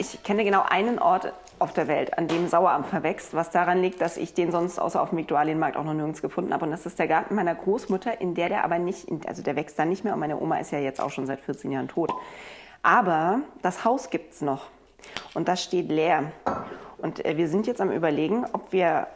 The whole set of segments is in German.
Ich kenne genau einen Ort auf der Welt, an dem Saueramt verwächst, was daran liegt, dass ich den sonst außer auf dem Viktualienmarkt auch noch nirgends gefunden habe. Und das ist der Garten meiner Großmutter, in der der aber nicht, in- also der wächst dann nicht mehr und meine Oma ist ja jetzt auch schon seit 14 Jahren tot. Aber das Haus gibt's noch und das steht leer. Und äh, wir sind jetzt am Überlegen, ob wir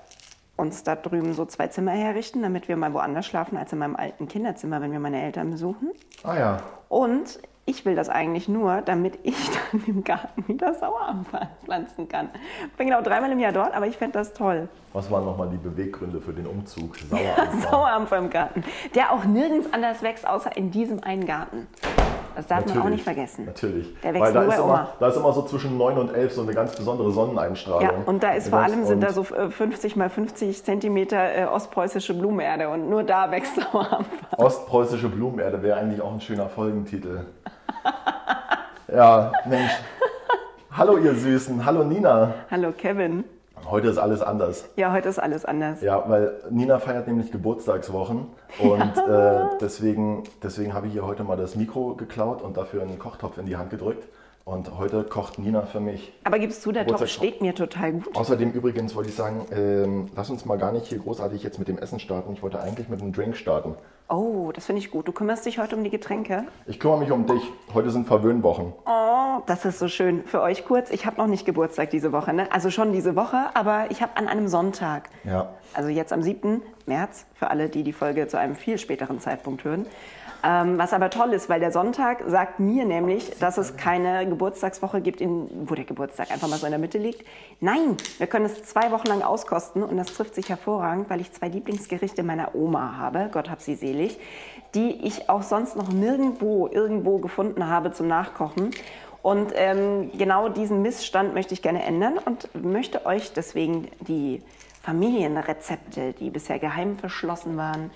uns da drüben so zwei Zimmer herrichten, damit wir mal woanders schlafen als in meinem alten Kinderzimmer, wenn wir meine Eltern besuchen. Ah ja. Und ich will das eigentlich nur, damit ich dann im Garten wieder Sauerahm pflanzen kann. Ich bin genau dreimal im Jahr dort, aber ich fände das toll. Was waren nochmal die Beweggründe für den Umzug? Sauer Sauerampfer im Garten, der auch nirgends anders wächst, außer in diesem einen Garten. Das darf man auch nicht vergessen. Natürlich. Der wächst Weil da nur ist, bei immer, Oma. da ist immer so zwischen 9 und 11 so eine ganz besondere Sonneneinstrahlung. Ja, und da ist vor allem sind Und- da so äh, 50 mal 50 Zentimeter äh, ostpreußische Blumenerde und nur da wächst Sauerampfer. Ostpreußische Blumenerde wäre eigentlich auch ein schöner Folgentitel. ja, Mensch. Hallo ihr Süßen, hallo Nina. Hallo Kevin. Heute ist alles anders. Ja, heute ist alles anders. Ja, weil Nina feiert nämlich Geburtstagswochen und äh, deswegen, deswegen habe ich ihr heute mal das Mikro geklaut und dafür einen Kochtopf in die Hand gedrückt. Und heute kocht Nina für mich. Aber gibst du, der Topf Geburtstag- steht mir total gut. Außerdem übrigens wollte ich sagen, ähm, lass uns mal gar nicht hier großartig jetzt mit dem Essen starten. Ich wollte eigentlich mit einem Drink starten. Oh, das finde ich gut. Du kümmerst dich heute um die Getränke. Ich kümmere mich um dich. Heute sind Verwöhnwochen. Oh, das ist so schön. Für euch kurz, ich habe noch nicht Geburtstag diese Woche, ne? Also schon diese Woche, aber ich habe an einem Sonntag. Ja. Also jetzt am 7. März, für alle, die die Folge zu einem viel späteren Zeitpunkt hören. Ähm, was aber toll ist, weil der Sonntag sagt mir nämlich, dass es keine Geburtstagswoche gibt, in, wo der Geburtstag einfach mal so in der Mitte liegt. Nein, wir können es zwei Wochen lang auskosten und das trifft sich hervorragend, weil ich zwei Lieblingsgerichte meiner Oma habe, Gott hab sie selig, die ich auch sonst noch nirgendwo irgendwo gefunden habe zum Nachkochen. Und ähm, genau diesen Missstand möchte ich gerne ändern und möchte euch deswegen die Familienrezepte, die bisher geheim verschlossen waren,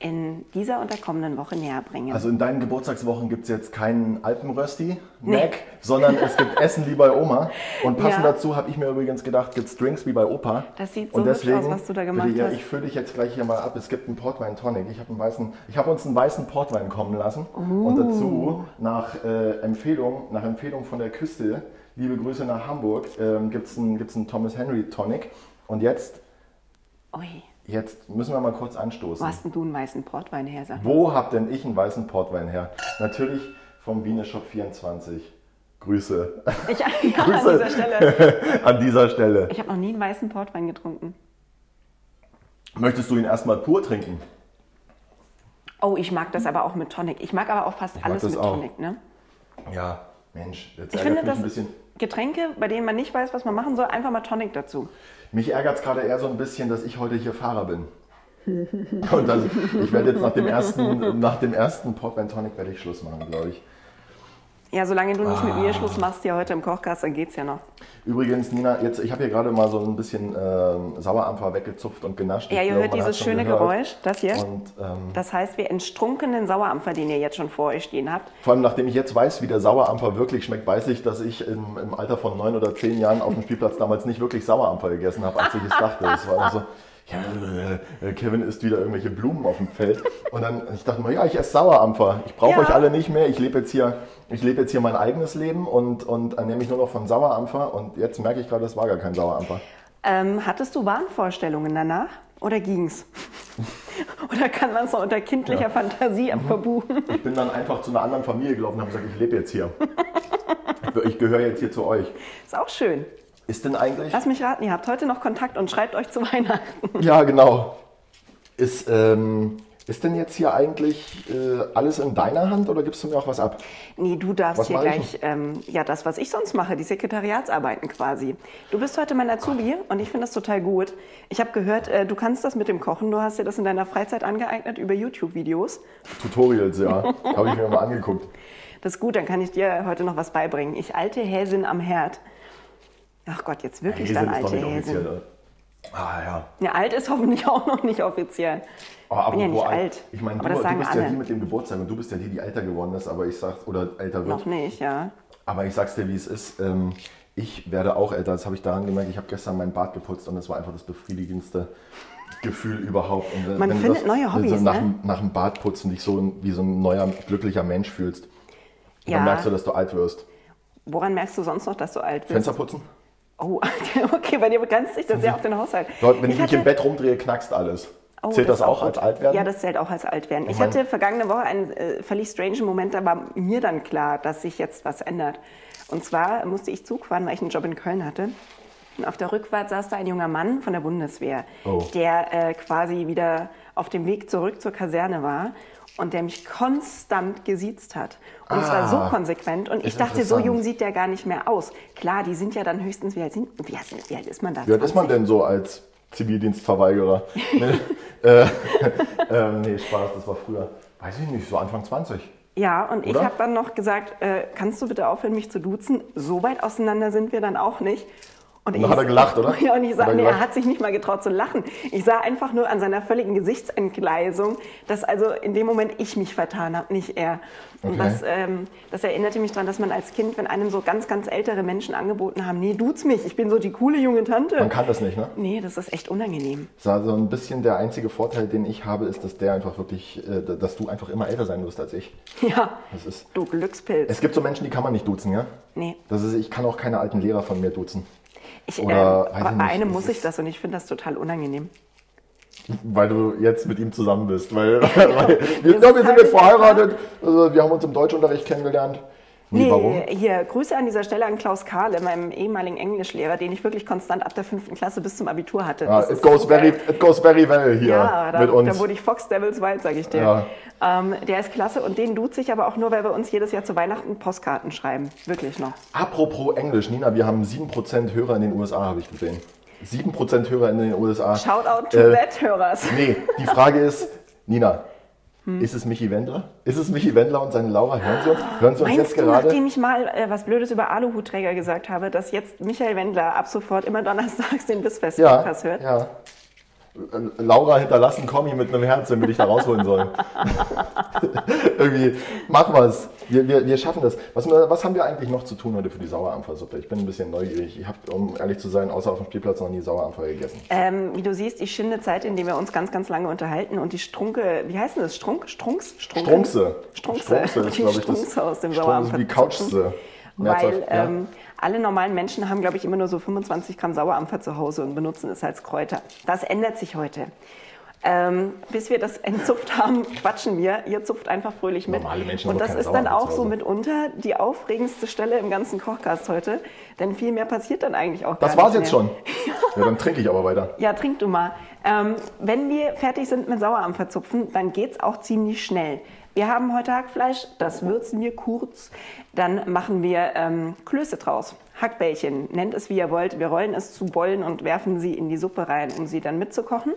in dieser und der kommenden Woche näher bringen. Also in deinen Geburtstagswochen gibt es jetzt keinen Alpenrösti, Mac, sondern es gibt Essen wie bei Oma. Und passend Ja. dazu habe ich mir übrigens gedacht, gibt es Drinks wie bei Opa. Das sieht Und so hübsch deswegen, aus, was du da gemacht bitte, ja, hast. Ich fülle dich jetzt gleich hier mal ab. Es gibt einen Portwein Tonic. Ich habe einen weißen- ich habe uns einen weißen Portwein kommen lassen. Und Oh. dazu nach äh, Empfehlung, nach Empfehlung von der Küste, liebe Grüße nach Hamburg, ähm, gibt es einen, gibt's einen Thomas Henry Tonic. Und jetzt, Ui, jetzt müssen wir mal kurz anstoßen. wo hast denn du einen weißen Portwein her? Sag mal. Wo hab denn ich einen weißen Portwein her? Natürlich vom Wiener Shop 24. Grüße. Ich, ja, an Grüße. dieser Stelle. An dieser Stelle. Ich habe noch nie einen weißen Portwein getrunken. Möchtest du ihn erstmal pur trinken? Oh, ich mag das aber auch mit Tonic. Ich mag aber auch fast alles das mit auch. Tonic, ne? Ja. Mensch, jetzt Ich ärgert finde, mich dass ein bisschen. Getränke, bei denen man nicht weiß, was man machen soll, einfach mal Tonic dazu. Mich ärgert es gerade eher so ein bisschen, dass ich heute hier Fahrer bin. Und das, ich werde jetzt nach dem ersten, nach dem ersten Portwein Tonic werde ich Schluss machen, glaube ich. Ja, solange du nicht mit Ah. mir Schluss machst hier heute im Kochkast, dann geht's ja noch. Übrigens, Nina, jetzt, ich habe hier gerade mal so ein bisschen ähm, Sauerampfer weggezupft und genascht. Ja, Ich ihr glaube, hört man dieses hat's schon schöne gehört. Geräusch, das hier. Und ähm, Das heißt, wir entstrunken den Sauerampfer, den ihr jetzt schon vor euch stehen habt. Vor allem, nachdem ich jetzt weiß, wie der Sauerampfer wirklich schmeckt, weiß ich, dass ich im, im Alter von neun oder zehn Jahren auf dem Spielplatz damals nicht wirklich Sauerampfer gegessen habe, als ich es dachte. Es war immer so, ja, äh, Kevin isst wieder irgendwelche Blumen auf dem Feld. Und dann, ich dachte mir, ja, ich esse Sauerampfer. Ich brauche Ja. euch alle nicht mehr. Ich lebe jetzt hier, ich lebe jetzt hier mein eigenes Leben und, und ernähre mich nur noch von Sauerampfer. Und jetzt merke ich gerade, es war gar kein Sauerampfer. Ähm, hattest du Wahnvorstellungen danach? Oder ging's? Oder kann man es noch unter kindlicher Fantasie Mhm. verbuchen? Ich bin dann einfach zu einer anderen Familie gelaufen und habe gesagt, ich lebe jetzt hier. Ich gehöre jetzt hier zu euch. Ist auch schön. Ist denn eigentlich... Lass mich raten, ihr habt heute noch Kontakt und schreibt euch zu Weihnachten. Ja, genau. Ist, ähm, Ist denn jetzt hier eigentlich äh, alles in deiner Hand oder gibst du mir auch was ab? Nee, du darfst Was hier mach ich gleich, ähm, ja, das, was ich sonst mache, die Sekretariatsarbeiten quasi. Du bist heute mein Azubi und ich finde das total gut. Ich habe gehört, äh, du kannst das mit dem Kochen. Du hast dir das in deiner Freizeit angeeignet über YouTube-Videos. Tutorials, ja. Habe ich mir mal angeguckt. Das ist gut, dann kann ich dir heute noch was beibringen. Ich alte Häsin am Herd. Ach Gott, jetzt wirklich dann ist doch alte nicht Häsin. offiziell. oder? Ah ja. Ja, alt ist hoffentlich auch noch nicht offiziell. Oh, Aber ich bin ja apropos nicht alt. Ich meine, aber du, das du sagen bist alle. ja die mit dem Geburtstag und du bist ja die, die älter geworden ist, aber ich sag's, oder älter wird. noch nicht, ja. Aber ich sag's dir, wie es ist. Ähm, ich werde auch älter. Das habe ich daran gemerkt. Ich habe gestern meinen Bart geputzt und das war einfach das befriedigendste Gefühl überhaupt. Und wenn- Man wenn du findet das, neue wenn du Hobbys, So nach, ne? nach dem Bartputzen dich so ein- wie so ein neuer, glücklicher Mensch fühlst. Und Ja. Dann merkst du, dass du alt wirst. Woran merkst du sonst noch, dass du alt bist? Fenster putzen? Oh, okay, bei dir begrenzt sich das ja auf den Haushalt. Leute, wenn ich, Ich mich im hatte- Bett rumdrehe, knackst alles. Oh, Zählt das, ist auch gut. als alt werden? Ja, das zählt auch als alt werden. Ich, mein- hatte vergangene Woche einen äh, völlig strange Moment, da war mir dann klar, dass sich jetzt was ändert. Und zwar musste ich Zug fahren, weil ich einen Job in Köln hatte. Und auf der Rückfahrt saß da ein junger Mann von der Bundeswehr, Oh. der äh, quasi wieder auf dem Weg zurück zur Kaserne war und der mich konstant gesiezt hat. Und es Ah, war so konsequent. Und ich ist dachte, so interessant. jung sieht der gar nicht mehr aus. Klar, die sind ja dann höchstens, wie alt, sind, wie alt, wie alt ist man da? Wie alt ist man 20? denn so als Zivildienstverweigerer? nee, äh, ähm, nee, Spaß, das war früher. Weiß ich nicht, so Anfang 20. Ja, und ich Oder? habe dann noch gesagt, äh, kannst du bitte aufhören, mich zu duzen? So weit auseinander sind wir dann auch nicht. Und dann hat er gelacht, oder? Ja, und ich Hat sah, er nee, er gelacht? hat sich nicht mal getraut zu lachen. Ich sah einfach nur an seiner völligen Gesichtsentgleisung, dass also in dem Moment ich mich vertan habe, nicht er. Und Okay. das, ähm, das erinnerte mich daran, dass man als Kind, wenn einem so ganz, ganz ältere Menschen angeboten haben, nee, duz mich, ich bin so die coole junge Tante. Man kann das nicht, ne? Nee, das ist echt unangenehm. So also ein bisschen der einzige Vorteil, den ich habe, ist, dass der einfach wirklich, äh, dass du einfach immer älter sein wirst als ich. Ja, Das ist. du Glückspilz. Es gibt so Menschen, die kann man nicht duzen, ja? Nee. Das ist, ich kann auch keine alten Lehrer von mir duzen. Ich, oder ähm, weiß ich bei nicht, einem das muss ist- ich das und ich finde das total unangenehm. Weil du jetzt mit ihm zusammen bist. Weil, weil wir, sind ja, wir sind halt jetzt verheiratet, also wir haben uns im Deutschunterricht kennengelernt. Nee, Nee, warum? hier, Grüße an dieser Stelle an Klaus Kahle, meinem ehemaligen Englischlehrer, den ich wirklich konstant ab der fünften Klasse bis zum Abitur hatte. Ja, Das Ah, it, ist goes super. very, it goes very well hier Ja, da, mit uns. da wurde ich Fox Devils Wild, sag ich dir. Ähm, der ist klasse und den duzt sich aber auch nur, weil wir uns jedes Jahr zu Weihnachten Postkarten schreiben. Wirklich noch. Apropos Englisch, Nina, wir haben 7% Hörer in den USA, habe ich gesehen. 7% Hörer in den USA. Shoutout to Äh, that, Hörers. Nee, die Frage ist, Nina, ist es Michi Wendler? Ist es Michi Wendler und seine Laura? Hören Sie uns, hören Sie uns Meinst jetzt du, gerade? nachdem ich mal äh, was Blödes über Aluhutträger gesagt habe, dass jetzt Michael Wendler ab sofort immer donnerstags den Bissfest Ja, Podcast hört? ja. Äh, Laura hinterlassen Kommi mit einem Herz, wenn wir dich da rausholen sollen. Irgendwie, mach was. Wir, wir, wir schaffen das. Was, was haben wir eigentlich noch zu tun heute für die Sauerampfersuppe? Ich bin ein bisschen neugierig. Ich habe, um ehrlich zu sein, außer auf dem Spielplatz noch nie Sauerampfer gegessen. Ähm, wie du siehst, ich schinde Zeit, indem wir uns ganz, ganz lange unterhalten und die Strunke, wie heißt denn das? Strunk? Strunks? Strunken? Strunkse. Strunkse. Strunkse ist, die glaube ich, das. Strunkse aus dem Strunkse Sauerampfer. wie Couchse. Weil Mehrzahl- ja. ähm, alle normalen Menschen haben, glaube ich, immer nur so 25 Gramm Sauerampfer zu Hause und benutzen es als Kräuter. Das ändert sich heute. Ähm, bis wir das entzupft haben, quatschen wir. Ihr zupft einfach fröhlich mit. Normale Menschen haben und doch das keine ist dann Sauerampfer auch zu so Hause. mitunter die aufregendste Stelle im ganzen Kochcast heute. Denn viel mehr passiert dann eigentlich auch Das gar war's nicht jetzt mehr. schon. Ja, dann trinke ich aber weiter. Ja, trink du mal. Ähm, wenn wir fertig sind mit Sauerampfer zupfen, dann geht's auch ziemlich schnell. Wir haben heute Hackfleisch, das würzen wir kurz. Dann machen wir ähm, Klöße draus. Hackbällchen, nennt es wie ihr wollt. Wir rollen es zu Bollen und werfen sie in die Suppe rein, um sie dann mitzukochen.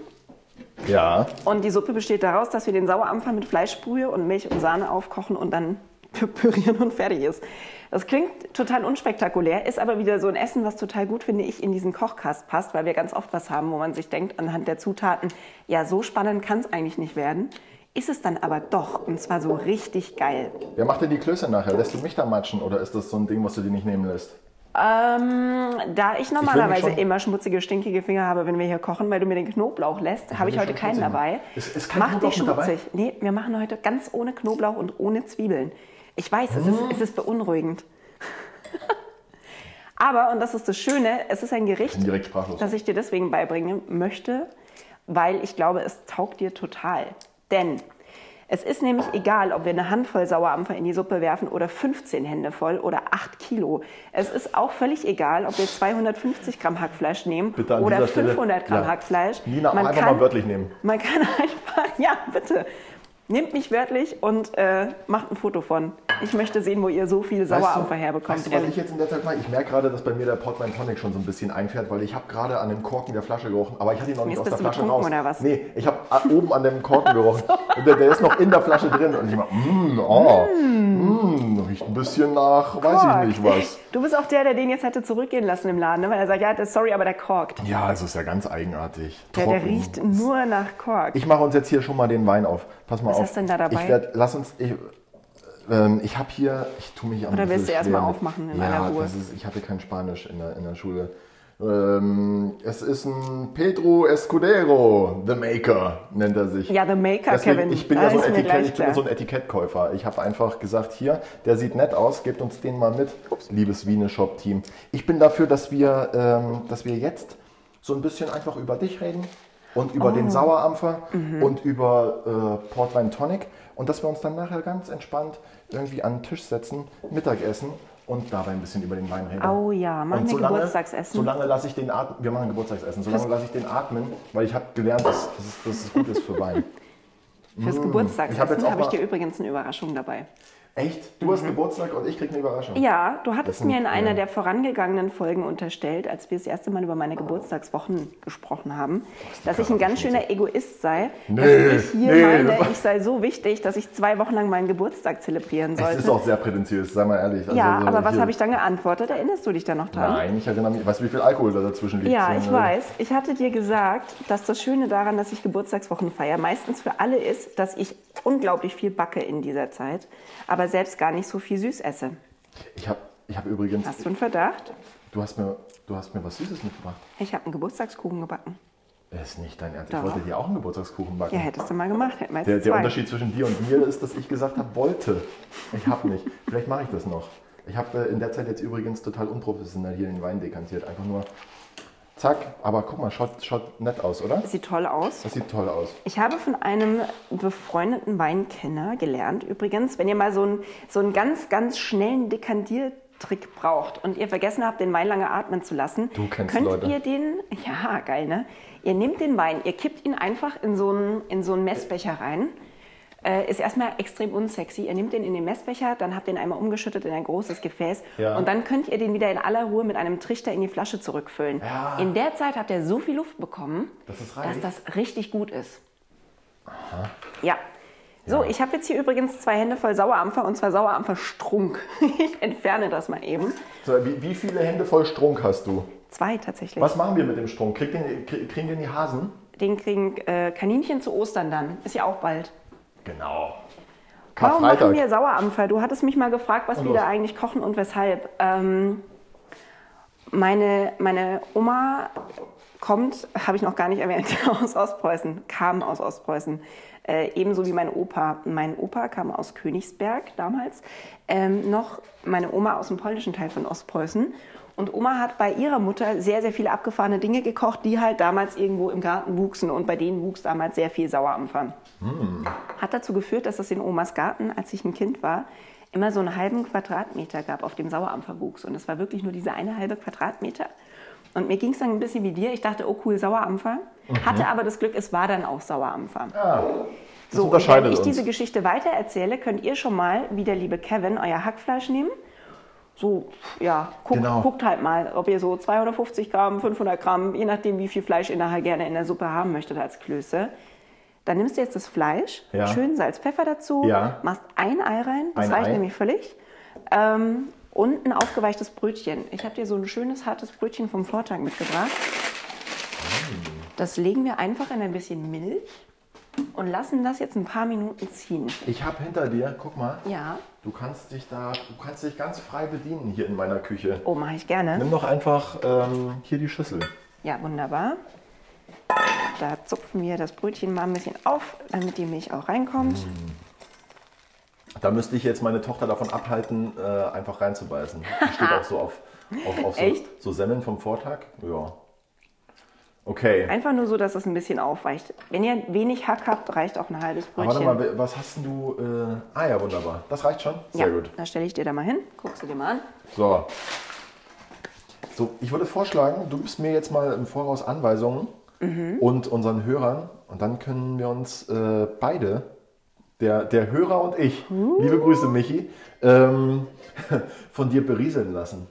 Ja. Und die Suppe besteht daraus, dass wir den Sauerampfer mit Fleischbrühe und Milch und Sahne aufkochen und dann pü- pürieren und fertig ist. Das klingt total unspektakulär, ist aber wieder so ein Essen, was total gut, finde ich, in diesen Kochcast passt, weil wir ganz oft was haben, wo man sich denkt, anhand der Zutaten, ja, so spannend kann es eigentlich nicht werden. Ist es dann aber doch, und zwar so richtig geil. Wer macht denn die Klöße nachher? Lässt du mich da matschen oder ist das so ein Ding, was du dir nicht nehmen lässt? Ähm, da ich normalerweise schon- immer schmutzige, stinkige Finger habe, wenn wir hier kochen, weil du mir den Knoblauch lässt, habe ich will heute schon keinen schmutzig dabei. machen. Ist- ist kein Mach Knoblauch dich mit dabei? schmutzig. Nee, wir machen heute ganz ohne Knoblauch und ohne Zwiebeln. Ich weiß, es, ist, Hm. es ist beunruhigend. Aber, und das ist das Schöne, es ist ein Gericht, bin direkt sprachlos. das ich dir deswegen beibringen möchte, weil ich glaube, es taugt dir total. Denn Es ist nämlich egal, ob wir eine Handvoll Sauerampfer in die Suppe werfen oder 15 Hände voll oder 8 Kilo. Es ist auch völlig egal, ob wir 250 Gramm Hackfleisch nehmen Bitte an oder dieser Stelle- 500 Gramm Ja. Hackfleisch. Nina, einfach mal wörtlich nehmen. Man kann einfach, ja, bitte. Nehmt mich wörtlich und äh, macht ein Foto von. Ich möchte sehen, wo ihr so viel Sauerampfer herbekommt. Weißt du, was ich jetzt in der Zeit mache? Ich merke gerade, dass bei mir der Portman Tonic schon so ein bisschen einfährt, weil ich habe gerade an dem Korken der Flasche gerochen, aber ich hatte ihn noch nicht Jetzt aus der bist du Flasche raus. betrunken oder was? Nee, ich habe a- oben an dem Korken gerochen. Und der, der ist noch in der Flasche drin. Und ich mache, mm, oh, mm. riecht ein bisschen nach, weiß ich nicht was. Du bist auch der, der den jetzt hätte zurückgehen lassen im Laden, ne? weil er sagt, ja, das, sorry, aber der korkt. Ja, also ist ja ganz eigenartig. Der, der Trocken. riecht nur nach Kork. Ich mache uns jetzt hier schon mal den Wein auf. Pass mal Was auf. hast du denn da dabei? Ich werd, lass uns. Ich, ähm, ich habe hier. Ich tue mich am Oder willst du erst mal aufmachen in ja, aller Ruhe? Das ist, ich hatte kein Spanisch in der, in der Schule. Ähm, es ist ein Pedro Escudero, The Maker, nennt er sich. Ja, The Maker, Deswegen, Kevin. Ich bin Da ja so ist ein, mir Etikett, gleich ich bin ja klar. so ein Etikettkäufer. Ich habe einfach gesagt, hier, der sieht nett aus, gebt uns den mal mit, liebes Wiener Shop-Team. Ich bin dafür, dass wir, ähm, dass wir jetzt so ein bisschen einfach über dich reden und über Oh. den Sauerampfer Mhm. und über äh, Portwein Tonic und dass wir uns dann nachher ganz entspannt irgendwie an den Tisch setzen, Mittag essen und dabei ein bisschen über den Wein reden. Oh ja, machen Und wir solange- Geburtstagsessen. Solange lasse ich den atmen. Wir machen Geburtstagsessen. Solange lasse ich den atmen, weil ich habe gelernt, dass, dass, es- dass es gut ist für Wein. Fürs Geburtstagsessen Mm. Ich hab jetzt habe ich, auch mal- dir übrigens eine Überraschung dabei. Echt? Du hast Geburtstag und ich krieg eine Überraschung. Mhm. Ja, du hattest sind- mir in einer ja. der vorangegangenen Folgen unterstellt, als wir das erste Mal über meine Geburtstagswochen gesprochen haben, dass ich ein ganz schöner Egoist sei, Nee, dass ich hier nee. meine, ich sei so wichtig, dass ich zwei Wochen lang meinen Geburtstag zelebrieren Es sollte. ist auch sehr prätentiös, sei mal ehrlich. Also, ja, so aber was hier- habe ich dann geantwortet? Erinnerst du dich da noch dran? Nein, ich erinnere mich. Weißt du, wie viel Alkohol da dazwischen liegt? Ja, So, ich ne? weiß. Ich hatte dir gesagt, dass das Schöne daran, dass ich Geburtstagswochen feiere, meistens für alle ist, dass ich unglaublich viel backe in dieser Zeit, aber selbst gar nicht so viel süß esse. Ich habe ich hab übrigens. Hast du einen Verdacht? Du hast, mir, du hast mir was Süßes mitgebracht. Ich habe einen Geburtstagskuchen gebacken. Ist nicht dein Ernst. Ich Doch. wollte dir auch einen Geburtstagskuchen backen. Ja, hättest du mal gemacht. Hätten wir jetzt der, der zwei. Unterschied zwischen dir und mir ist, dass ich gesagt habe, wollte. Ich habe nicht. Vielleicht mache ich das noch. Ich habe äh, in der Zeit jetzt übrigens total unprofessionell hier den Wein dekantiert. Einfach nur zack. Aber guck mal, schaut, schaut nett aus, oder? Sieht toll aus. Das sieht toll aus. Ich habe von einem befreundeten Weinkenner gelernt, übrigens, wenn ihr mal so einen, so einen ganz, ganz schnellen Dekandiertrick braucht und ihr vergessen habt, den Wein lange atmen zu lassen, Du kennst könnt Leute. ihr den, ja, geil, ne? Ihr nehmt den Wein, ihr kippt ihn einfach in so einen, in so einen Messbecher rein. Äh, ist erstmal extrem unsexy. Ihr nehmt den in den Messbecher, dann habt ihr ihn einmal umgeschüttet in ein großes Gefäß Ja. und dann könnt ihr den wieder in aller Ruhe mit einem Trichter in die Flasche zurückfüllen. In der Zeit habt ihr so viel Luft bekommen, Das ist dass reich. das richtig gut ist. Ja. So, ich habe jetzt hier übrigens zwei Hände voll Sauerampfer und zwar Sauerampferstrunk. Ich entferne das mal eben. So, wie, wie viele Hände voll Strunk hast du? Zwei tatsächlich. Was machen wir mit dem Strunk? Krieg den, krie- kriegen den die Hasen? Den kriegen äh, Kaninchen zu Ostern dann. Ist ja auch bald. Genau. Warum machen wir Karfreitag. Sauerampfer? Du hattest mich mal gefragt, was Und wir da los. eigentlich kochen und weshalb. Ähm, meine, meine Oma kommt, habe ich noch gar nicht erwähnt, aus Ostpreußen, kam aus Ostpreußen. Äh, ebenso wie mein Opa. Mein Opa kam aus Königsberg damals. Ähm, noch meine Oma aus dem polnischen Teil von Ostpreußen. Und Oma hat bei ihrer Mutter sehr, sehr viele abgefahrene Dinge gekocht, die halt damals irgendwo im Garten wuchsen. Und bei denen wuchs damals sehr viel Sauerampfer hat dazu geführt, dass es in Omas Garten, als ich ein Kind war, immer so einen halben Quadratmeter gab, auf dem Sauerampfer wuchs. Und es war wirklich nur dieser eine halbe Quadratmeter. Und mir ging es dann ein bisschen wie dir. Ich dachte, oh cool, Sauerampfer. Hatte aber das Glück, es war dann auch Sauerampfer. so, und Ah, unterscheidet wenn ich uns. diese Geschichte weitererzähle, könnt ihr schon mal, wie der liebe Kevin, euer Hackfleisch nehmen. So, ja, guckt, Genau. guckt halt mal, ob ihr so 250 Gramm, 500 Gramm, je nachdem, wie viel Fleisch ihr nachher gerne in der Suppe haben möchtet als Klöße. Dann nimmst du jetzt das Fleisch, Ja. schön Salz, Pfeffer dazu, Ja. machst ein Ei rein, das Ein reicht Ei. nämlich völlig, ähm, und ein aufgeweichtes Brötchen. Ich habe dir so ein schönes, hartes Brötchen vom Vortag mitgebracht. Das legen wir einfach in ein bisschen Milch und lassen das jetzt ein paar Minuten ziehen. Ich habe hinter dir, guck mal, Ja, du kannst dich da, du kannst dich ganz frei bedienen hier in meiner Küche. oh, mache ich gerne. Nimm doch einfach ähm, hier die Schüssel. Ja, wunderbar. Da zupfen wir das Brötchen mal ein bisschen auf, damit die Milch auch reinkommt. Da müsste ich jetzt meine Tochter davon abhalten, äh, einfach reinzubeißen. Die steht auch so auf, auf, auf so, Echt? so Semmeln vom Vortag. Ja. Okay. Einfach nur so, dass es ein bisschen aufweicht. Wenn ihr wenig Hack habt, reicht auch ein halbes Aber Brötchen. warte mal, was hast denn du? Äh, ah ja, wunderbar. Das reicht schon? Sehr ja, gut. Da stelle ich dir da mal hin, guckst du dir mal an. So. So, ich würde vorschlagen, du gibst mir jetzt mal im Voraus Anweisungen Mhm. und unseren Hörern und dann können wir uns äh, beide, der, der Hörer und ich, Uh. liebe Grüße Michi, ähm, von dir berieseln lassen,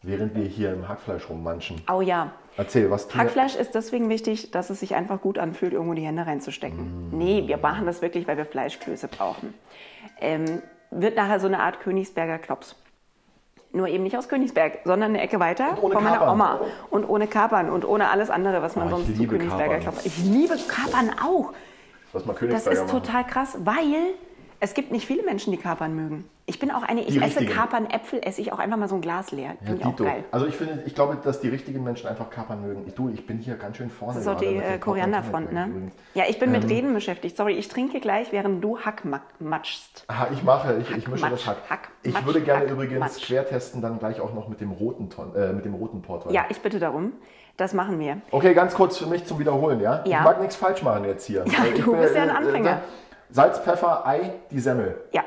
während wir hier im Hackfleisch rummanschen. Oh ja. Erzähl, was tun wir- Hackfleisch ist deswegen wichtig, dass es sich einfach gut anfühlt, irgendwo die Hände reinzustecken. Mm. Nee, wir machen das wirklich, weil wir Fleischklöße brauchen. Ähm, wird nachher so eine Art Königsberger Klops. Nur eben nicht aus Königsberg, sondern eine Ecke weiter Und ohne von meiner Kapern. Oma. Und ohne Kapern und ohne alles andere, was man Oh, ich sonst zu liebe Königsberger Kapern. Klops. Ich liebe Kapern auch. Lass mal Das Königsberger ist machen. total krass, weil es gibt nicht viele Menschen, die Kapern mögen. Ich bin auch eine, ich Die esse richtigen. Kapern, Äpfel esse ich auch einfach mal so ein Glas leer. Ja, Finde ich auch Dito. geil. Also ich finde, ich glaube, dass die richtigen Menschen einfach kapern mögen. Ich, du, ich bin hier ganz schön vorne. Das ist auch gerade die mit äh, dem Korianderfront, Popcorn-Teig ne? übrigens. Ja, ich bin Ähm. mit Reden beschäftigt. Sorry, ich trinke gleich, während du Hack ma- matschst. Ah, ich mache, ich, ich Hack, mische das Matsch, Hack. Hack, ich Matsch, würde gerne Hack, übrigens Matsch. schwertesten, dann gleich auch noch mit dem roten, Ton, äh, mit dem roten Portwein. Ja, ich bitte darum. Das machen wir. Okay, ganz kurz für mich zum Wiederholen, ja? Ja. Ich mag nichts falsch machen jetzt hier. Ja, Ich du bin, bist ja ein äh, äh, Anfänger. Salz, Pfeffer, Ei, die Semmel. Ja,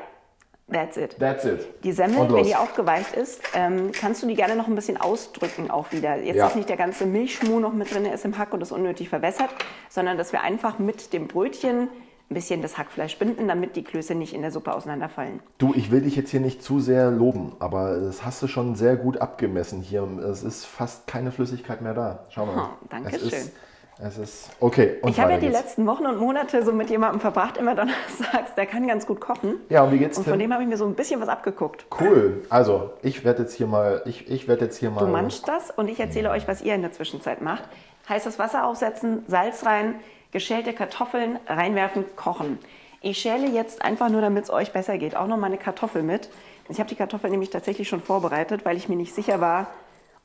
that's it. That's it. Die Semmel, Und los. wenn die aufgeweicht ist, ähm, kannst du die gerne noch ein bisschen ausdrücken auch wieder. Jetzt, Ja. dass nicht der ganze Milchschmuh noch mit drin ist im Hack und das unnötig verwässert, sondern dass wir einfach mit dem Brötchen ein bisschen das Hackfleisch binden, damit die Klöße nicht in der Suppe auseinanderfallen. Du, ich will dich jetzt hier nicht zu sehr loben, aber das hast du schon sehr gut abgemessen hier. Es ist fast keine Flüssigkeit mehr da. Schau mal. Oh, danke es schön. Ist, es ist. Okay, und Ich habe ja weiter die geht's. letzten Wochen und Monate so mit jemandem verbracht, immer donnerstags. Der kann ganz gut kochen. Ja, und wie geht's Und Tim? von dem habe ich mir so ein bisschen was abgeguckt. Cool. Also, ich werde jetzt hier mal. Ich, ich werde jetzt hier mal. Du manchst das und ich erzähle euch, was ihr in der Zwischenzeit macht. Heißes Wasser aufsetzen, Salz rein, geschälte Kartoffeln reinwerfen, kochen. Ich schäle jetzt einfach nur, damit es euch besser geht, auch noch meine Kartoffel mit. Ich habe die Kartoffeln nämlich tatsächlich schon vorbereitet, weil ich mir nicht sicher war,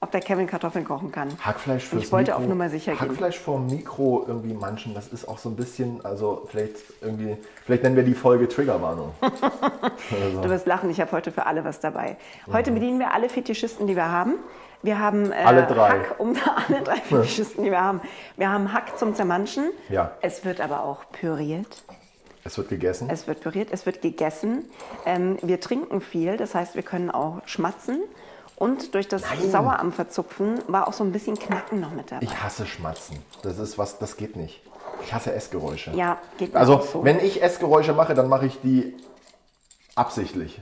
ob der Kevin Kartoffeln kochen kann. Hackfleisch Und fürs Ich wollte Mikro, auf Nummer sicher gehen. Hackfleisch vorm Mikro irgendwie manchen, das ist auch so ein bisschen, also vielleicht irgendwie, vielleicht nennen wir die Folge Triggerwarnung. Du wirst lachen, ich habe heute für alle was dabei. Heute bedienen wir alle Fetischisten, die wir haben. Wir haben äh, Mhm. Alle drei. Hack, um alle drei Fetischisten, die wir haben. Wir haben Hack zum Zermanschen. Ja. Es wird aber auch püriert. Es wird gegessen. Es wird püriert, es wird gegessen. Ähm, wir trinken viel, das heißt, wir können auch schmatzen. Und durch das Sauerahm verzupfen war auch so ein bisschen Knacken noch mit dabei. ich hasse Schmatzen. Das ist was, das geht nicht. Ich hasse Essgeräusche. Ja, geht mir Also, auch so. wenn ich Essgeräusche mache, dann mache ich die absichtlich.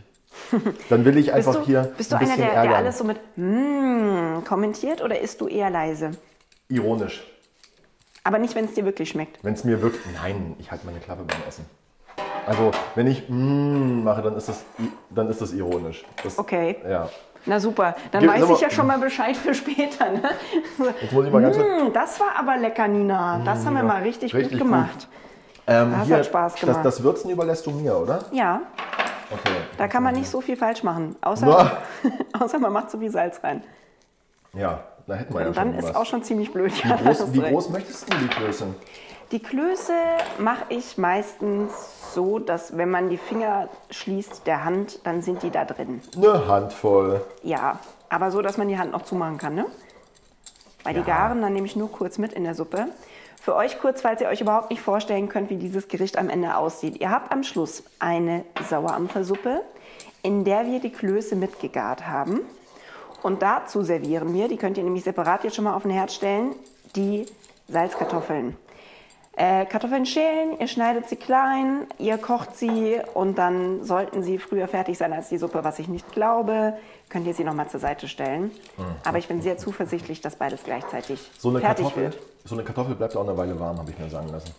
Dann will ich einfach bist du, hier bist du ein einer, bisschen der, der ärgern. alles so mit mm, kommentiert oder isst du eher leise? Ironisch. Aber nicht, wenn es dir wirklich schmeckt. Wenn es mir wirkt, nein, ich halte meine Klappe beim Essen. Also, wenn ich mm mache, dann ist das, i- dann ist das ironisch. Das, Okay. Ja. Na super, dann Gib- weiß sag mal- ich ja schon mal Bescheid für später. Ne? Jetzt muss ich mal ganz kurz- Hm, Mm, das war aber lecker, Nina. Das haben wir mal richtig, gut Richtig gut. gemacht. Ähm, Das hier, hat Spaß Das, gemacht. das Würzen überlässt du mir, oder? Ja, Okay. da kann man nicht so viel falsch machen. Außer, Na. außer man macht so viel Salz rein. Ja, da hätten wir ja Und dann schon ist was. auch schon ziemlich blöd. wie groß, Hast wie recht. groß möchtest du die Größe? Die Klöße mache ich meistens so, dass wenn man die Finger schließt der Hand, dann sind die da drin. Eine Handvoll. Ja, aber so, dass man die Hand noch zumachen kann, ne? Weil die garen dann nämlich nur kurz mit in der Suppe. Für euch kurz, falls ihr euch überhaupt nicht vorstellen könnt, wie dieses Gericht am Ende aussieht. Ihr habt am Schluss eine Sauerampfersuppe, in der wir die Klöße mitgegart haben. Und dazu servieren wir, die könnt ihr nämlich separat jetzt schon mal auf den Herd stellen, die Salzkartoffeln. Äh, Kartoffeln schälen, ihr schneidet sie klein, ihr kocht sie und dann sollten sie früher fertig sein als die Suppe, was ich nicht glaube, könnt ihr sie nochmal zur Seite stellen. Aber ich bin sehr zuversichtlich, dass beides gleichzeitig Ah, So eine, fertig Kartoffel, wird. so eine Kartoffel bleibt auch eine Weile warm, habe ich mir sagen lassen.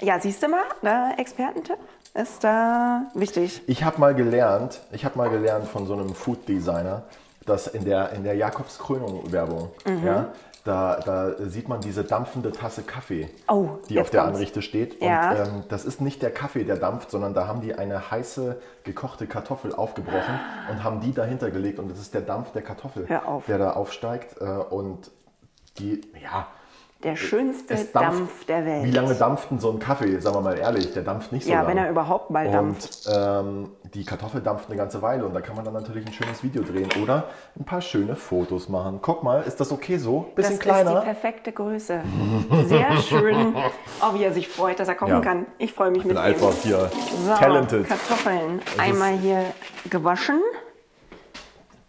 Ja, siehst du mal, da Expertentipp ist da wichtig. Ich habe mal gelernt, ich habe mal gelernt von so einem Food Designer, dass in der, in der Jakobskrönung-Werbung, Mhm. ja, da, da sieht man diese dampfende Tasse Kaffee, Oh, die jetzt auf der kommt's. Anrichte steht. Ja. Und ähm, das ist nicht der Kaffee, der dampft, sondern da haben die eine heiße gekochte Kartoffel aufgebrochen und haben die dahinter gelegt. Und das ist der Dampf der Kartoffel, Hör auf. der da aufsteigt. Äh, und die, ja, der schönste Es dampft- Dampf der Welt. Wie lange dampft denn so ein Kaffee? Sagen wir mal ehrlich, der dampft nicht so Ja, lange. wenn er überhaupt mal dampft. Und ähm, die Kartoffel dampft eine ganze Weile und da kann man dann natürlich ein schönes Video drehen oder ein paar schöne Fotos machen. Guck mal, ist das okay so? Bisschen das ist die kleiner. perfekte Größe. Sehr schön. Oh, wie er sich freut, dass er kochen Ja. kann. Ich freue mich mit Bin ihm. einfach hier So, talented. Kartoffeln einmal hier gewaschen.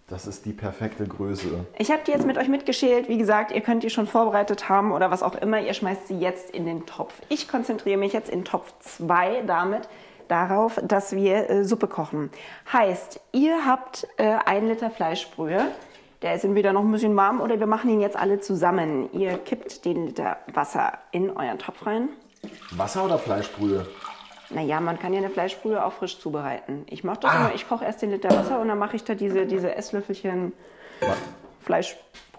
Das ist die perfekte Größe. Ich habe die jetzt mit euch mitgeschält. Wie gesagt, ihr könnt die schon vorbereitet haben oder was auch immer. Ihr schmeißt sie jetzt in den Topf. Ich konzentriere mich jetzt in Topf 2 damit darauf, dass wir äh, Suppe kochen. Heißt, ihr habt äh, ein Liter Fleischbrühe. Der ist entweder noch ein bisschen warm oder wir machen ihn jetzt alle zusammen. Ihr kippt den Liter Wasser in euren Topf rein. Wasser oder Fleischbrühe? Naja, man kann ja eine Fleischbrühe auch frisch zubereiten. Ich mache das Ah. immer, ich koche erst den Liter Wasser und dann mache ich da diese, diese Esslöffelchen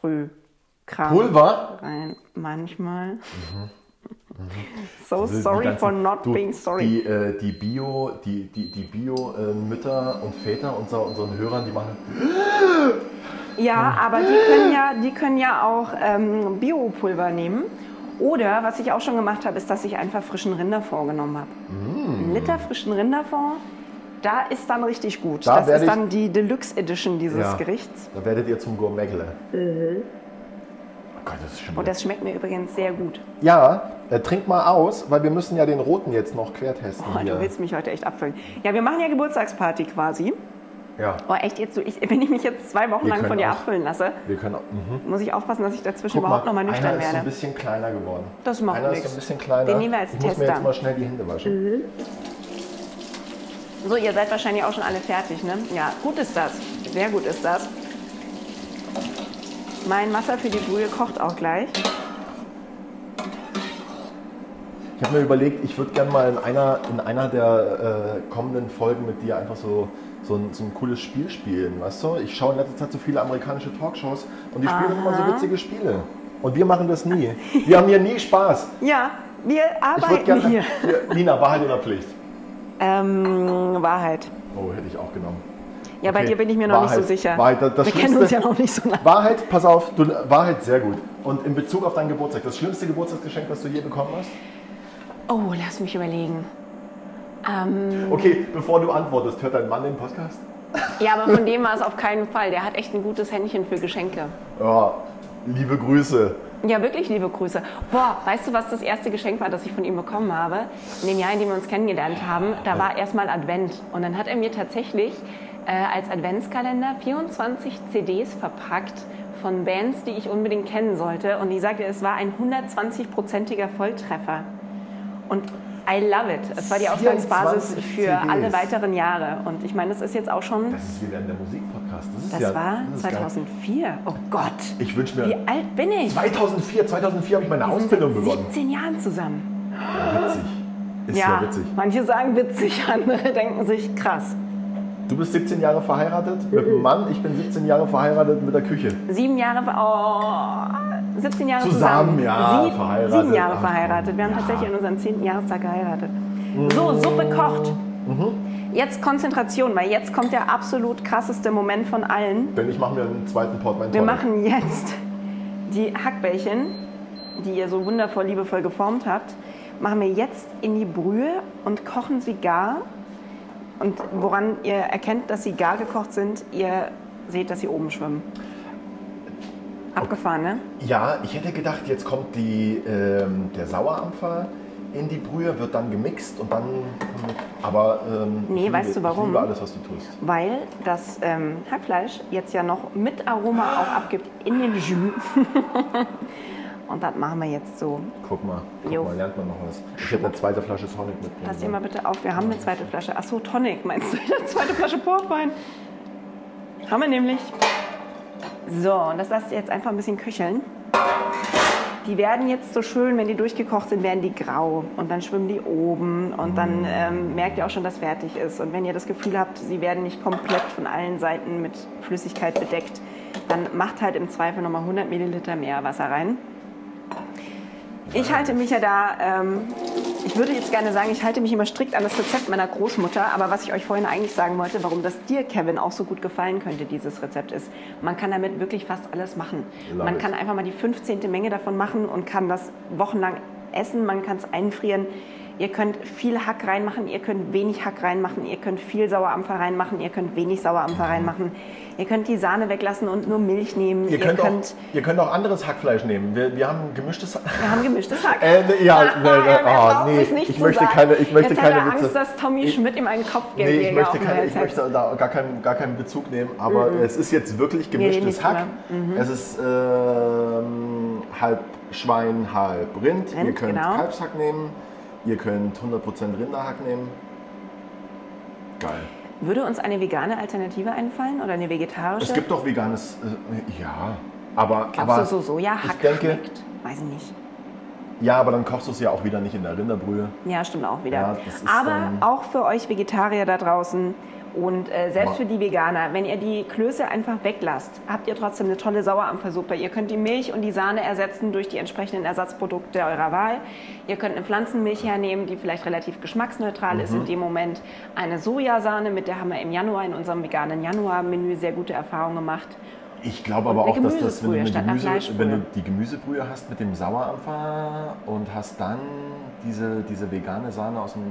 Fleischbrühkram Pulver? rein. Manchmal. So Also Mhm. die sorry ganzen- for not du, being sorry. Die, äh, die Bio, die, die, die Bio-Mütter und Väter unser, unseren Hörern, die machen Mhm. Ja, aber die können ja, die können ja auch ähm, Biopulver nehmen. Oder was ich auch schon gemacht habe, ist, dass ich einfach frischen Rinderfond genommen habe. Mhm. Ein Liter frischen Rinderfond, da ist dann richtig gut. Da das werde ist ich- dann die Deluxe Edition dieses Ja. Gerichts. Mhm. Da werdet ihr zum Gourmetle. Oh Gott, das ist schon Und das schmeckt mir übrigens sehr gut. Ja, äh, trink mal aus, weil wir müssen ja den roten jetzt noch quertesten Boah, hier. Oh, du willst mich heute echt abfüllen. Ja, wir machen ja Geburtstagsparty quasi. ja, Oh, echt jetzt, so, ich, wenn ich mich jetzt zwei Wochen Wir lang von können dir auch- abfüllen lasse, wir können auch. Mhm. muss ich aufpassen, dass ich dazwischen Guck mal, überhaupt noch mal einer nüchtern ist so ein werde. bisschen kleiner geworden. Das macht Einer ist nichts. so ein bisschen kleiner. Den nehmen wir als ich muss mir Tester. jetzt mal schnell die Hände waschen. So, ihr seid wahrscheinlich auch schon alle fertig, ne? Ja, gut ist das. Sehr gut ist das. Mein Wasser für die Brühe kocht auch gleich. Ich habe mir überlegt, ich würde gerne mal in einer, in einer der äh, kommenden Folgen mit dir einfach so, so, ein, so ein cooles Spiel spielen, weißt du? Ich schaue in letzter Zeit so viele amerikanische Talkshows und die spielen immer so witzige Spiele. Und wir machen das nie. Wir haben hier nie Spaß. Ja, wir Ich würde arbeiten gerne. hier. Hier, Nina, Wahrheit oder Pflicht? Ähm, Wahrheit. Oh, hätte ich auch genommen. Ja, bei Okay, dir bin ich mir noch nicht Wahrheit, so sicher. Wahrheit, das- das wir kennen Schlimmste- uns ja noch nicht so lange. Wahrheit, pass auf, du, Wahrheit, sehr gut. Und in Bezug auf deinen Geburtstag, das schlimmste Geburtstagsgeschenk, das du je bekommen hast? Oh, lass mich überlegen. Ähm, Okay, bevor du antwortest, hört dein Mann den Podcast? Ja, aber von dem war es auf keinen Fall. Der hat echt ein gutes Händchen für Geschenke. Ja, liebe Grüße. Ja, wirklich liebe Grüße. Boah, weißt du, was das erste Geschenk war, das ich von ihm bekommen habe? In dem Jahr, in dem wir uns kennengelernt haben, da war erstmal Advent. Und dann hat er mir tatsächlich äh, als Adventskalender 24 CDs verpackt von Bands, die ich unbedingt kennen sollte. Und ich sagte, es war ein 120-prozentiger Volltreffer. Und I love it. Es war die Ausgangsbasis 24 für alle CDs. weiteren Jahre. Und ich meine, das ist jetzt auch schon, Das ist wieder in der Musikpodcast. Das, ist das ja, war das ist geil. 2004. Oh Gott. Ich wünsche Wie mir. alt bin ich? 2004, 2004 habe ich meine Ausbildung begonnen. 17 Jahren zusammen. Witzig. Ist ja. witzig. manche sagen witzig, andere denken sich krass. Du bist 17 Jahre verheiratet mit einem Mann, ich bin 17 Jahre verheiratet mit der Küche. Sieben Jahre, oh, 17 Jahre Zusammen, zusammen. ja, Sieb- verheiratet. Sieben Jahre Ach, verheiratet. Wir haben ja. Mhm. tatsächlich an unserem 10. Jahrestag geheiratet. So, Suppe kocht. Jetzt Konzentration, weil jetzt kommt der absolut krasseste Moment von allen. Denn ich mache mir einen zweiten Portmanteau. Wir machen jetzt die Hackbällchen, die ihr so wundervoll, liebevoll geformt habt, machen wir jetzt in die Brühe und kochen sie gar. Und woran ihr erkennt, dass sie gar gekocht sind, ihr seht, dass sie oben schwimmen. Abgefahren, ne? Ja, ich hätte gedacht, jetzt kommt die, ähm, der Sauerampfer in die Brühe, wird dann gemixt und dann. Aber. Ähm, Nee, ich weißt liebe, du warum? Ich liebe alles, was du tust. Weil das ähm, Hackfleisch jetzt ja noch mit Aroma auch abgibt in den Jus. und das machen wir jetzt so. Guck mal, guck Jo. mal, lernt man noch was. Ich hätte eine zweite Flasche Sonic mitbringen Pass dir sollen. mal bitte auf, wir haben eine zweite Flasche. Achso, Tonic meinst du? Eine zweite Flasche Portwein. Haben wir nämlich. So, und das lasst ihr jetzt einfach ein bisschen köcheln. Die werden jetzt so schön, wenn die durchgekocht sind, werden die grau. Und dann schwimmen die oben. Und dann ähm, merkt ihr auch schon, dass fertig ist. Und wenn ihr das Gefühl habt, sie werden nicht komplett von allen Seiten mit Flüssigkeit bedeckt, dann macht halt im Zweifel nochmal 100 Milliliter mehr Wasser rein. Ich halte mich ja da, ähm, ich würde jetzt gerne sagen, ich halte mich immer strikt an das Rezept meiner Großmutter, aber was ich euch vorhin eigentlich sagen wollte, warum das dir, Kevin, auch so gut gefallen könnte, dieses Rezept ist, man kann damit wirklich fast alles machen. Love man it. kann einfach mal die 15. Menge davon machen und kann das wochenlang essen, man kann es einfrieren. Ihr könnt viel Hack reinmachen, ihr könnt wenig Hack reinmachen, ihr könnt viel Sauerampfer reinmachen, ihr könnt wenig Mhm. Sauerampfer reinmachen, ihr könnt die Sahne weglassen und nur Milch nehmen, Ihr könnt, auch, ihr könnt auch anderes Hackfleisch nehmen. Wir, wir haben gemischtes Hack. wir haben gemischtes Hack. Ah, Äh, nee, ja, nee, Er nee, braucht oh, nee, sich nicht ich zu möchte sagen. keine- ich möchte Jetzt hat er keine Witze. Angst, dass Tommy Ich- Schmidt ihm einen Kopfgeld Nee, ich weniger möchte, auf den keine, ich Hals möchte hat. da gar keinen, gar keinen Bezug nehmen, aber es ist jetzt wirklich gemischtes nicht Mhm. Hack. Es ist ähm, halb Schwein, halb Rind. ihr Rind, könnt genau. Kalbshack nehmen, ihr könnt 100% Rinderhack nehmen. Geil. Würde uns eine vegane Alternative einfallen oder eine vegetarische? Es gibt doch veganes, äh, ja, aber, Glaubst aber du, so Sojahack ich denke, schmeckt? Weiß ich nicht. ja, aber dann kochst du es ja auch wieder nicht in der Rinderbrühe. Ja, stimmt auch wieder. Ja, das ist Aber dann- auch für euch Vegetarier da draußen und äh, selbst Ma- für die Veganer, wenn ihr die Klöße einfach weglasst, habt ihr trotzdem eine tolle Sauerampfersuppe. Ihr könnt die Milch und die Sahne ersetzen durch die entsprechenden Ersatzprodukte eurer Wahl. Ihr könnt eine Pflanzenmilch hernehmen, die vielleicht relativ geschmacksneutral Mhm. ist in dem Moment. Eine Sojasahne, mit der haben wir im Januar in unserem veganen Januar-Menü sehr gute Erfahrungen gemacht. Ich glaube aber eine auch, dass das, wenn du, Gemüsebrühe eine statt einer Gemüse, Fleischbrühe. wenn du die Gemüsebrühe hast mit dem Sauerampfer und hast dann diese, diese vegane Sahne aus dem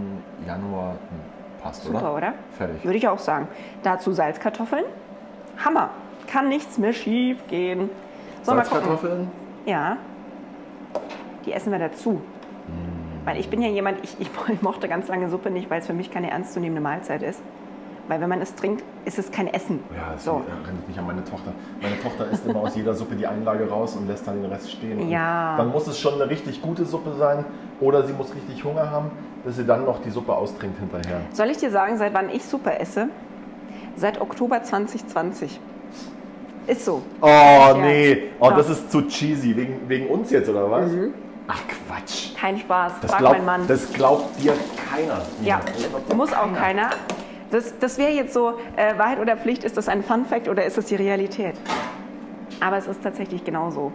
Januar, hm, passt, oder? Super, oder? Fertig. Würde ich auch sagen. Dazu Salzkartoffeln. Hammer. Kann nichts mehr schief gehen. So, mal gucken. Salzkartoffeln? Ja. Die essen wir dazu. Weil ich bin ja jemand, ich, ich, ich mochte ganz lange Suppe nicht, weil es für mich keine ernstzunehmende Mahlzeit ist. Weil wenn man es trinkt, ist es kein Essen. Ja, das so. erinnert mich an meine Tochter. Meine Tochter isst immer aus jeder Suppe die Einlage raus und lässt dann den Rest stehen. Und Ja. Dann muss es schon eine richtig gute Suppe sein oder sie muss richtig Hunger haben, dass sie dann noch die Suppe austrinkt hinterher. Soll ich dir sagen, seit wann ich Suppe esse? Seit Oktober 2020. Ist so. Oh Ja. nee, oh, Doch. das ist zu cheesy. Wegen, wegen uns jetzt, oder was? Mhm. Ach Quatsch. Kein Spaß. Das Frag glaubt, mein Mann. das glaubt dir keiner. Ja, Nina. muss auch keiner. Das, das wäre jetzt so, äh, Wahrheit oder Pflicht, ist das ein Fun Fact oder ist das die Realität? Aber es ist tatsächlich genau so.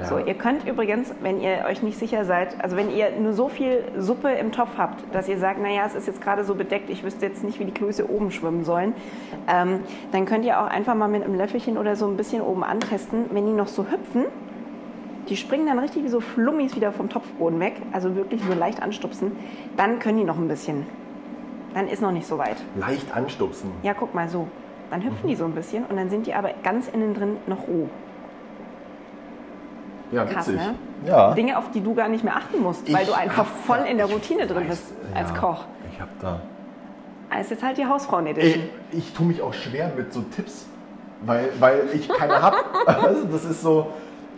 Ja. So, e- ihr könnt übrigens, wenn ihr euch nicht sicher seid, also wenn ihr nur so viel Suppe im Topf habt, dass ihr sagt, naja, es ist jetzt gerade so bedeckt, ich wüsste jetzt nicht, wie die Klöße oben schwimmen sollen, ähm, dann könnt ihr auch einfach mal mit einem Löffelchen oder so ein bisschen oben antesten. Wenn die noch so hüpfen, die springen dann richtig wie so Flummis wieder vom Topfboden weg, also wirklich nur leicht anstupsen, dann können die noch ein bisschen. Dann ist noch nicht so weit. Leicht anstupsen. Ja, guck mal so. Dann hüpfen die so ein bisschen und dann sind die aber ganz innen drin noch roh. Ja, Krass, witzig. ne? Ja. Dinge, auf die du gar nicht mehr achten musst, weil Ich du einfach hab voll da- in der ich Routine drin weiß, bist als ja, Koch. Ich hab da. Es ist halt die Hausfrauen-Edition. Ich, ich tue mich auch schwer mit so Tipps, weil, weil ich keine habe. Also das ist so.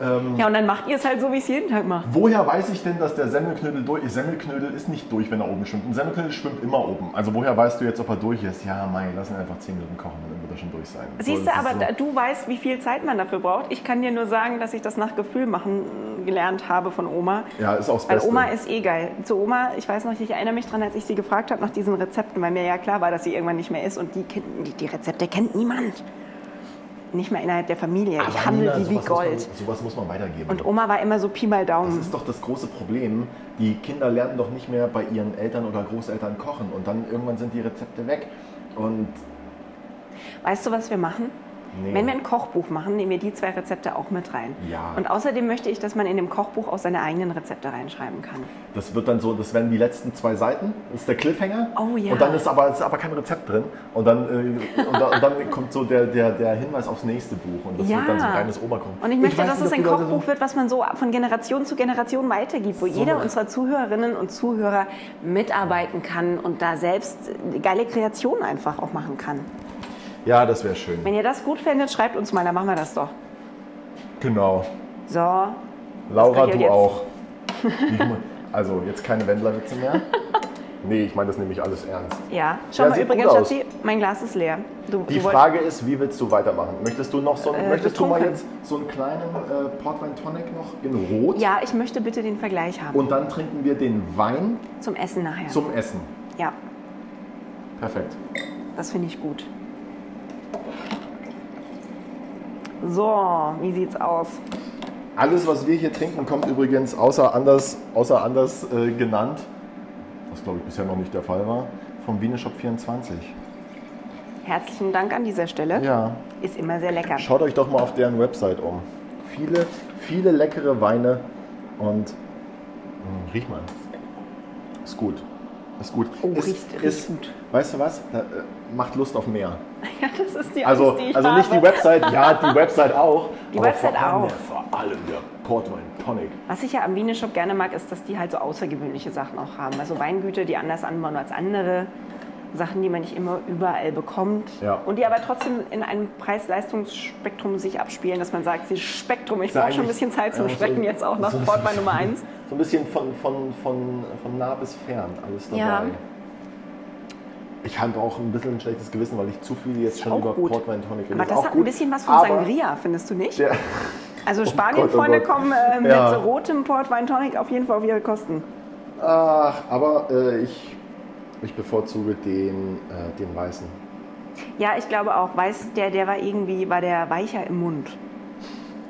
Ähm, Ja, und dann macht ihr es halt so, wie ich es jeden Tag mache. Woher weiß ich denn, dass der Semmelknödel durch ist? Semmelknödel ist nicht durch, wenn er oben schwimmt. Ein Semmelknödel schwimmt immer oben. Also woher weißt du jetzt, ob er durch ist? Ja, mei, lass ihn einfach 10 Minuten kochen, dann wird er schon durch sein. So, Siehst du, das ist aber so. da- du weißt, wie viel Zeit man dafür braucht. Ich kann dir nur sagen, dass ich das nach Gefühl machen äh, gelernt habe von Oma. Ja, ist auch das Weil Beste. Oma ist eh geil. Zu Oma, ich weiß noch, ich erinnere mich dran, als ich sie gefragt habe nach diesen Rezepten, weil mir ja klar war, dass sie irgendwann nicht mehr ist und die, kennt, die, die Rezepte kennt niemand. Nicht mehr innerhalb der Familie. ich Aber handle Nina, die wie sowas muss man- Gold. Sowas muss man weitergeben. Und Oma war immer so Pi mal Daumen. Das ist doch das große Problem. Die Kinder lernen doch nicht mehr bei ihren Eltern oder Großeltern kochen und dann irgendwann sind die Rezepte weg. Und Weißt du, was wir machen? Nee. Wenn wir ein Kochbuch machen, nehmen wir die zwei Rezepte auch mit rein. Ja. Und außerdem möchte ich, dass man in dem Kochbuch auch seine eigenen Rezepte reinschreiben kann. das wird dann so, das werden die letzten zwei Seiten, das ist der Cliffhanger. Oh ja. Und dann ist aber, ist aber kein Rezept drin. Und dann, äh, und da, und dann kommt so der, der, der Hinweis aufs nächste Buch und das Ja. wird dann so ein reines Oma-Kochen. Und ich möchte, weiß dass es nicht, ob ein die Leute Kochbuch wird, was man so von Generation zu Generation weitergibt, wo jeder unserer Zuhörerinnen und Zuhörer mitarbeiten kann und da selbst eine geile Kreation einfach auch machen kann. So, ja, das wäre schön. Wenn ihr das gut findet, schreibt uns mal, dann machen wir das doch. Genau. So, Laura, Das du könnt ihr jetzt- auch. Ich mu- also, jetzt keine Wendlerwitze mehr. Nee, ich meine das nehme ich alles ernst. ja. Schau Ja, mal sieht übrigens, gut aus. Schatzi, mein Glas ist leer. Du, Die du wolltest- Frage ist, wie willst du weitermachen? Möchtest du noch so, einen- Äh, möchtest du mal betrunken. jetzt so einen kleinen äh, Portwein Tonic noch in Rot? Ja, ich möchte bitte den Vergleich haben. Und dann trinken wir den Wein Zum Essen nachher. zum Essen. ja, Perfekt. das finde ich gut. So, wie sieht's aus? Alles, was wir hier trinken, kommt übrigens außer anders, außer anders äh, genannt, was glaube ich bisher noch nicht der Fall war, vom Wiener Shop 24. Herzlichen Dank an dieser Stelle. Ja, Ist immer sehr lecker. schaut euch doch mal auf deren Website um. Viele, viele leckere Weine und mh, riech mal. Ist gut. Ist gut. Oh, ist, riecht- riecht ist, gut. Weißt du was? Da, äh, macht Lust auf mehr. Ja, das ist die Also, Angst, die ich also habe. nicht die Website, ja, die Website auch. Die aber Website vor allem auch. der- Vor allem der Portwein Tonic. Was ich ja am Wiener Shop gerne mag, ist, dass die halt so außergewöhnliche Sachen auch haben. Also Weingüter, die anders anbauen als andere. Sachen, die man nicht immer überall bekommt. Ja. Und die aber trotzdem in einem Preis-Leistungsspektrum sich abspielen, dass man sagt, dieses Spektrum, ich Ja, brauche schon ein eigentlich- bisschen Zeit zum ja, so- Schmecken jetzt auch nach so- Portwein Nummer 1. So ein bisschen von, von, von, von nah bis fern alles dabei. Ja. Ich habe auch ein bisschen ein schlechtes Gewissen, weil ich zu viel jetzt schon auch über gut. Portwein Tonic rede. Aber Ist das auch hat gut, ein bisschen was von aber Sangria, findest du nicht? Der, Also Gott, oh Spanien-Freunde Gott. kommen äh, mit Ja. rotem Portwein Tonic auf jeden Fall auf ihre Kosten. ach, aber äh, ich, ich bevorzuge den, äh, den weißen. Ja, ich glaube auch. Weiß, der, der war irgendwie, war der weicher im Mund.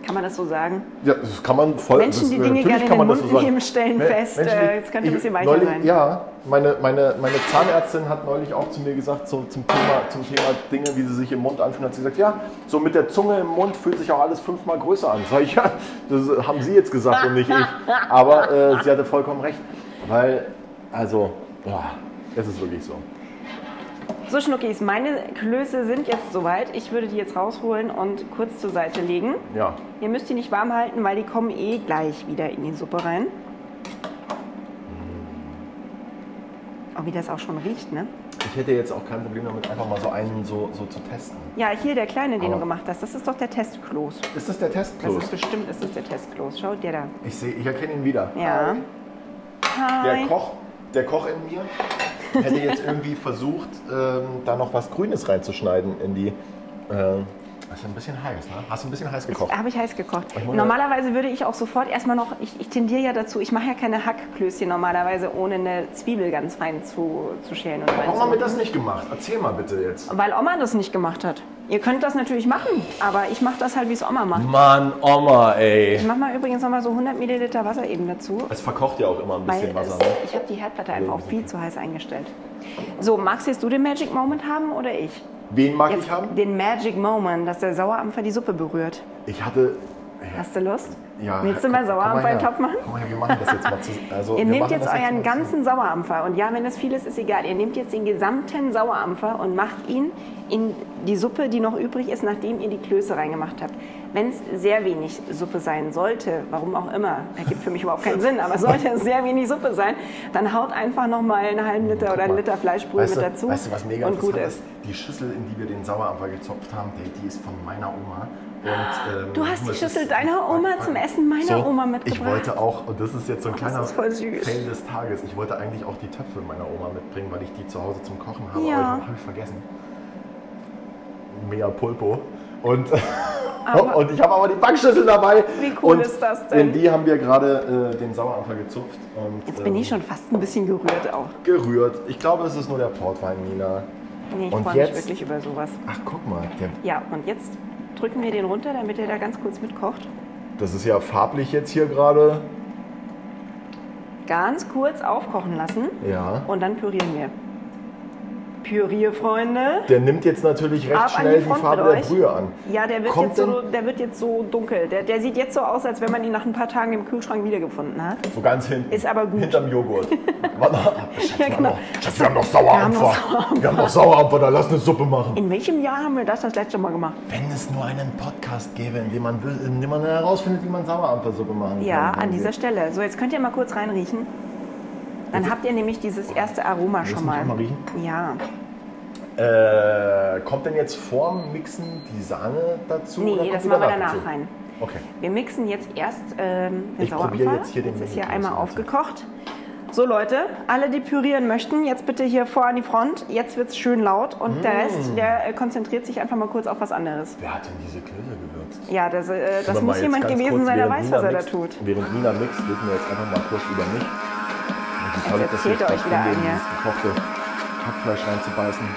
Kann man das so sagen? Ja, das kann man voll. Menschen, das, die Dinge natürlich gerne kann in man den das Mund so sagen. nehmen, stellen Me- fest, Menschen, äh, die- jetzt könnte ein ich- bisschen weicher neulich, sein. Ja, meine, meine, meine Zahnärztin hat neulich auch zu mir gesagt, so zum, Thema, zum Thema Dinge, wie sie sich im Mund anfühlen, hat sie gesagt, ja, so mit der Zunge im Mund fühlt sich auch alles fünfmal größer an. Sag ich, ja, das haben sie jetzt gesagt und nicht ich. Aber äh, sie hatte vollkommen recht, weil, also, ja, es ist wirklich so. So, Schnuckis, meine Klöße sind jetzt soweit. Ich würde die jetzt rausholen und kurz zur Seite legen. Ja, Ihr müsst die nicht warm halten, weil die kommen eh gleich wieder in die Suppe rein. Oh, wie das auch schon riecht, ne? ich hätte jetzt auch kein Problem damit, einfach mal so einen so, so zu testen. Ja, hier der kleine, den Aber- du gemacht hast. Das ist doch der Testklos. Ist das der Das Testklos? ist Also bestimmt, ist das der Testklos. Schau dir da. Ich, seh, ich erkenne ihn wieder. Ja. Der Koch, der Koch in mir hätte jetzt irgendwie versucht, ähm, da noch was Grünes reinzuschneiden in die. ähm, das ist ein bisschen heiß, ne? Hast du ein bisschen heiß gekocht? Habe ich heiß gekocht. Ich muss- Normalerweise würde ich auch sofort erstmal noch, ich, ich tendiere ja dazu, ich mache ja keine Hackklößchen normalerweise, ohne eine Zwiebel ganz fein zu, zu schälen. Und Warum haben wir reinzu- das nicht gemacht? Erzähl mal bitte jetzt. Weil Oma das nicht gemacht hat. Ihr könnt das natürlich machen, aber ich mache das halt, wie es Oma macht. Mann, Oma, Ich ey. mache mal übrigens nochmal so 100 Milliliter Wasser eben dazu. Es verkocht ja auch immer ein bisschen Weil Wasser. es, Ne? ich habe die Herdplatte einfach Ja, auch viel zu heiß eingestellt. So, magst jetzt du den Magic Moment haben oder ich? Wen mag Jetzt ich haben? den Magic Moment, dass der Sauerampfer die Suppe berührt. Ich hatte. Hast du Lust? Ja, Willst du komm- mal komm Sauerampfer her. in den Topf machen? Komm mal her, wir machen das jetzt mal zusammen. Also, Ihr wir nehmt machen jetzt das euren mal zusammen. ganzen Sauerampfer und ja, wenn es viel ist, ist egal. Ihr nehmt jetzt den gesamten Sauerampfer und macht ihn in die Suppe, die noch übrig ist, nachdem ihr die Klöße reingemacht habt. Wenn es sehr wenig Suppe sein sollte, warum auch immer, ergibt für mich überhaupt keinen Sinn, aber sollte es sehr wenig Suppe sein, dann haut einfach nochmal einen halben Liter oder einen Liter Fleischbrühe Hm, Weißt mit du, dazu Weißt du, was mega und gut interessant ist. ist? Die Schüssel, in die wir den Sauerampfer gezopft haben, die, die ist von meiner Oma. Und, ähm, Du hast die das Schüssel ist- deiner Oma zum Essen meiner so, Oma mitgebracht. Ich wollte auch, und das ist jetzt so ein kleiner ist voll süß. Fail des Tages, ich wollte eigentlich auch die Töpfe meiner Oma mitbringen, weil ich die zu Hause zum Kochen habe, Ja. aber habe ich vergessen. Mea Pulpo. Und, Aber- und ich habe aber die Backschüssel dabei. Wie cool und ist das denn? In die haben wir gerade äh, den Sauerampfer gezupft. Und, Jetzt bin ich schon fast ein bisschen gerührt auch. gerührt. Ich glaube, es ist nur der Portwein, Nina. Nee, ich Und freue mich jetzt- wirklich über sowas. Ach, guck mal, der, Ja, und jetzt drücken wir den runter, damit er da ganz kurz mitkocht. das ist ja farblich jetzt hier gerade. Ganz kurz aufkochen lassen Ja. und dann pürieren wir. Pürierfreunde. Der nimmt jetzt natürlich recht Ab an schnell die die, Front Farbe mit der euch. Brühe an. Ja, der wird, Kommt jetzt so, denn- der wird jetzt so dunkel. Der, der sieht jetzt so aus, als wenn man ihn nach ein paar Tagen im Kühlschrank wiedergefunden hat. So ganz hinten. Ist aber gut. Hinterm Joghurt. Warte, Schatz, Ja, wir, haben genau. noch, Schatz, wir haben noch Sauerampfer. Wir haben noch Sauerampfer, da lass eine Suppe machen. In welchem Jahr haben wir das das letzte Mal gemacht? Wenn es nur einen Podcast gäbe, in dem man, will- in dem man herausfindet, wie man Sauerampfersuppe machen kann. Ja, an dieser Stelle. So, jetzt könnt ihr mal kurz reinriechen. Dann habt ihr nämlich dieses erste Aroma schon Müssen mal. wir mal riechen? Ja. Stelle. Äh, kommt denn jetzt vorm Mixen die Sahne dazu? Nee, oder kommt das die machen wir danach dazu? rein. Okay. Wir mixen jetzt erst ähm, den Ich probiere Sauerampfer. jetzt hier den ist hier Mini-Kloß einmal jetzt. aufgekocht. So Leute, alle die pürieren möchten, jetzt bitte hier vor an die Front. Jetzt wird es schön laut und Mm. der Rest, der äh, konzentriert sich einfach mal kurz auf was anderes. Wer hat denn diese Klöße gewürzt? Ja, das, äh, das Wenn wir muss mal jemand jetzt ganz gewesen kurz, sein, der während weiß, Nina was er da mixt- tut. Während Nina mixt, reden wir jetzt einfach mal kurz über mich. Und wie toll Jetzt das erzählt jetzt euch wieder finde, ein, ja. dieses gekochte Hackfleisch reinzubeißen. Mm.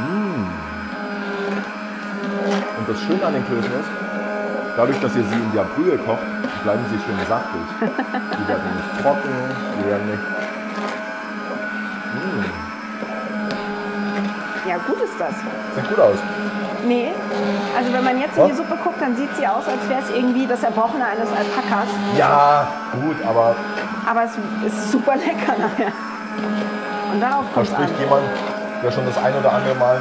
Mmh. Und das Schöne an den Klößen ist, Dadurch, dass ihr sie in der Brühe kocht, bleiben sie schön saftig. Die werden nicht trocken, die werden nicht. Ja, gut ist das. Sieht gut aus. Nee, also wenn man jetzt in die Was? Suppe guckt, dann sieht sie aus, als wäre es irgendwie das Erbrochene eines Alpakas. Ja, gut, aber Aber es ist super lecker nachher. Und darauf kommt es an. verspricht jemand, der schon das ein oder andere Mal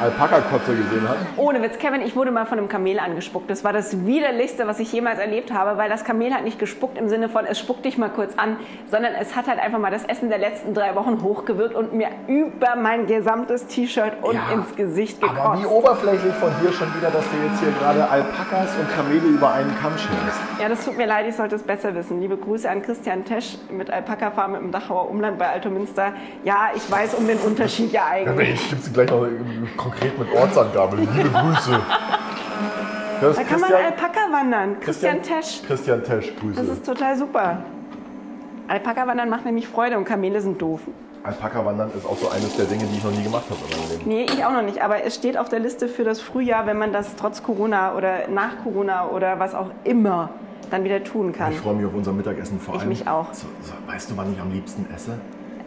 Alpaka-Kotze gesehen hat. Ohne Witz, Kevin, ich wurde mal von einem Kamel angespuckt. Das war das widerlichste, was ich jemals erlebt habe, weil das Kamel hat nicht gespuckt im Sinne von, es spuckt dich mal kurz an, sondern es hat halt einfach mal das Essen der letzten drei Wochen hochgewirkt und mir über mein gesamtes T-Shirt und Ja, ins Gesicht Aber wie gekotzt. oberflächlich von dir schon wieder, dass du jetzt hier gerade Alpakas und Kamele über einen Kamm schmierst. Ja, das tut mir leid, ich sollte es besser wissen. Liebe Grüße an Christian Tesch mit Alpaka Farm im Dachauer Umland bei Altomünster. Ja, ich weiß um den Unterschied ja eigentlich. Ich gebe sie gleich noch ähm, konkret mit Ortsangabe. Liebe Grüße. Das Da ist kann man Christian- Alpaka wandern. Christian Tesch. Christian Tesch, Grüße. Das ist total super. Alpaka wandern macht nämlich Freude und Kamele sind doof. Alpaka-Wandern ist auch so eines der Dinge, die ich noch nie gemacht habe in meinem Leben. Nee, ich auch noch nicht. Aber es steht auf der Liste für das Frühjahr, wenn man das trotz Corona oder nach Corona oder was auch immer dann wieder tun kann. Ich freue mich auf unser Mittagessen vor Ich allem. mich auch. So, so, weißt du, wann ich am liebsten esse?